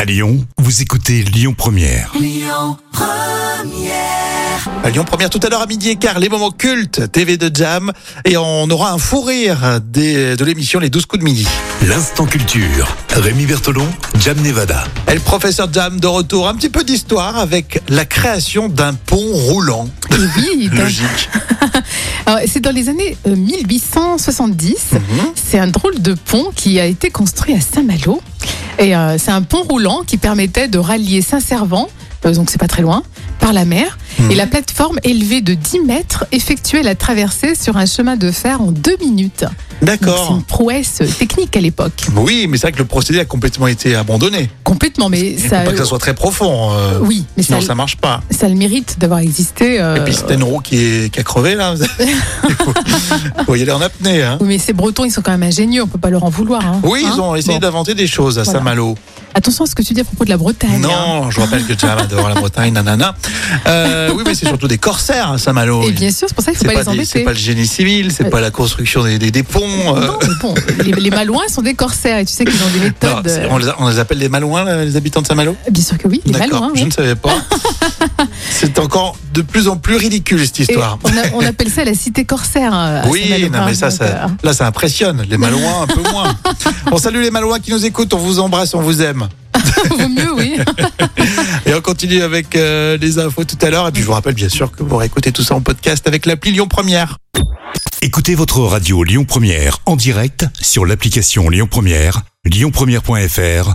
À Lyon, vous écoutez Lyon Première. À Lyon Première tout à l'heure à midi et quart, les moments cultes TV de Jam et on aura un fou rire des- de l'émission Les 12 coups de midi. L'instant culture. Rémi Bertolon, Jam Nevada. Et le professeur Jam de retour, un petit peu d'histoire avec la création d'un pont roulant. Et oui, dans- Logique. alors, c'est dans les années euh, 1870. Mhm. C'est un drôle de pont qui a été construit à Saint-Malo. Et euh, c'est un pont roulant qui permettait de rallier Saint-Servant, euh, donc c'est pas très loin, par la mer. Mhm. Et la plateforme élevée de 10 mètres effectuait la traversée sur un chemin de fer en deux minutes. Donc, C'est D'accord. une prouesse technique à l'époque. Oui, mais c'est vrai que le procédé a complètement été abandonné. Complètement, mais Il ne faut ça. pas que ça soit très profond. euh, Oui, mais Sinon, ça, ça marche pas. ça a le mérite d'avoir existé. euh, Et puis, c'était une roue qui, est- qui a crevé, là. Il faut, faut y aller en apnée. Hein. oui, mais ces Bretons, ils sont quand même ingénieux, on peut pas leur en vouloir. hein. Oui, ils Hein ont essayé Bon. d'inventer des choses à Voilà. Saint-Malo. Attention à ce que tu dis à propos de la Bretagne. hein. Non, je vous rappelle que Jam adore la Bretagne, nanana. Euh, oui, mais c'est surtout des corsaires à Saint-Malo. Et Eh bien sûr, c'est pour ça qu'il C'est ne faut pas, pas les des- c'est embêter. pas le génie civil, c'est Euh. pas la construction des, des- des ponts. euh. Non, mais bon, les, les Malouins sont des corsaires et tu sais qu'ils ont des Non, méthodes. c'est- on, les a- on les appelle les Malouins, là, les habitants de Saint-Malo euh, Bien sûr que oui, les D'accord, Malouins. je oui. ne savais pas. c'est encore de plus en plus ridicule cette Et histoire. on, a- on appelle ça la cité corsaire. euh, à Oui, Saint-Malo, non, hein, mais ça, donc, ça, euh, là, ça impressionne. Les Malouins, un peu moins. On salue les Malouins qui nous écoutent, on vous embrasse, on vous aime. euh, Vaut mieux, oui. Et on continue avec euh, les infos tout à l'heure. Et puis, je vous rappelle, bien sûr, que vous réécoutez tout ça en podcast avec l'appli Lyon Première. Écoutez votre radio Lyon Première en direct sur l'application Lyon Première, lyonpremière.fr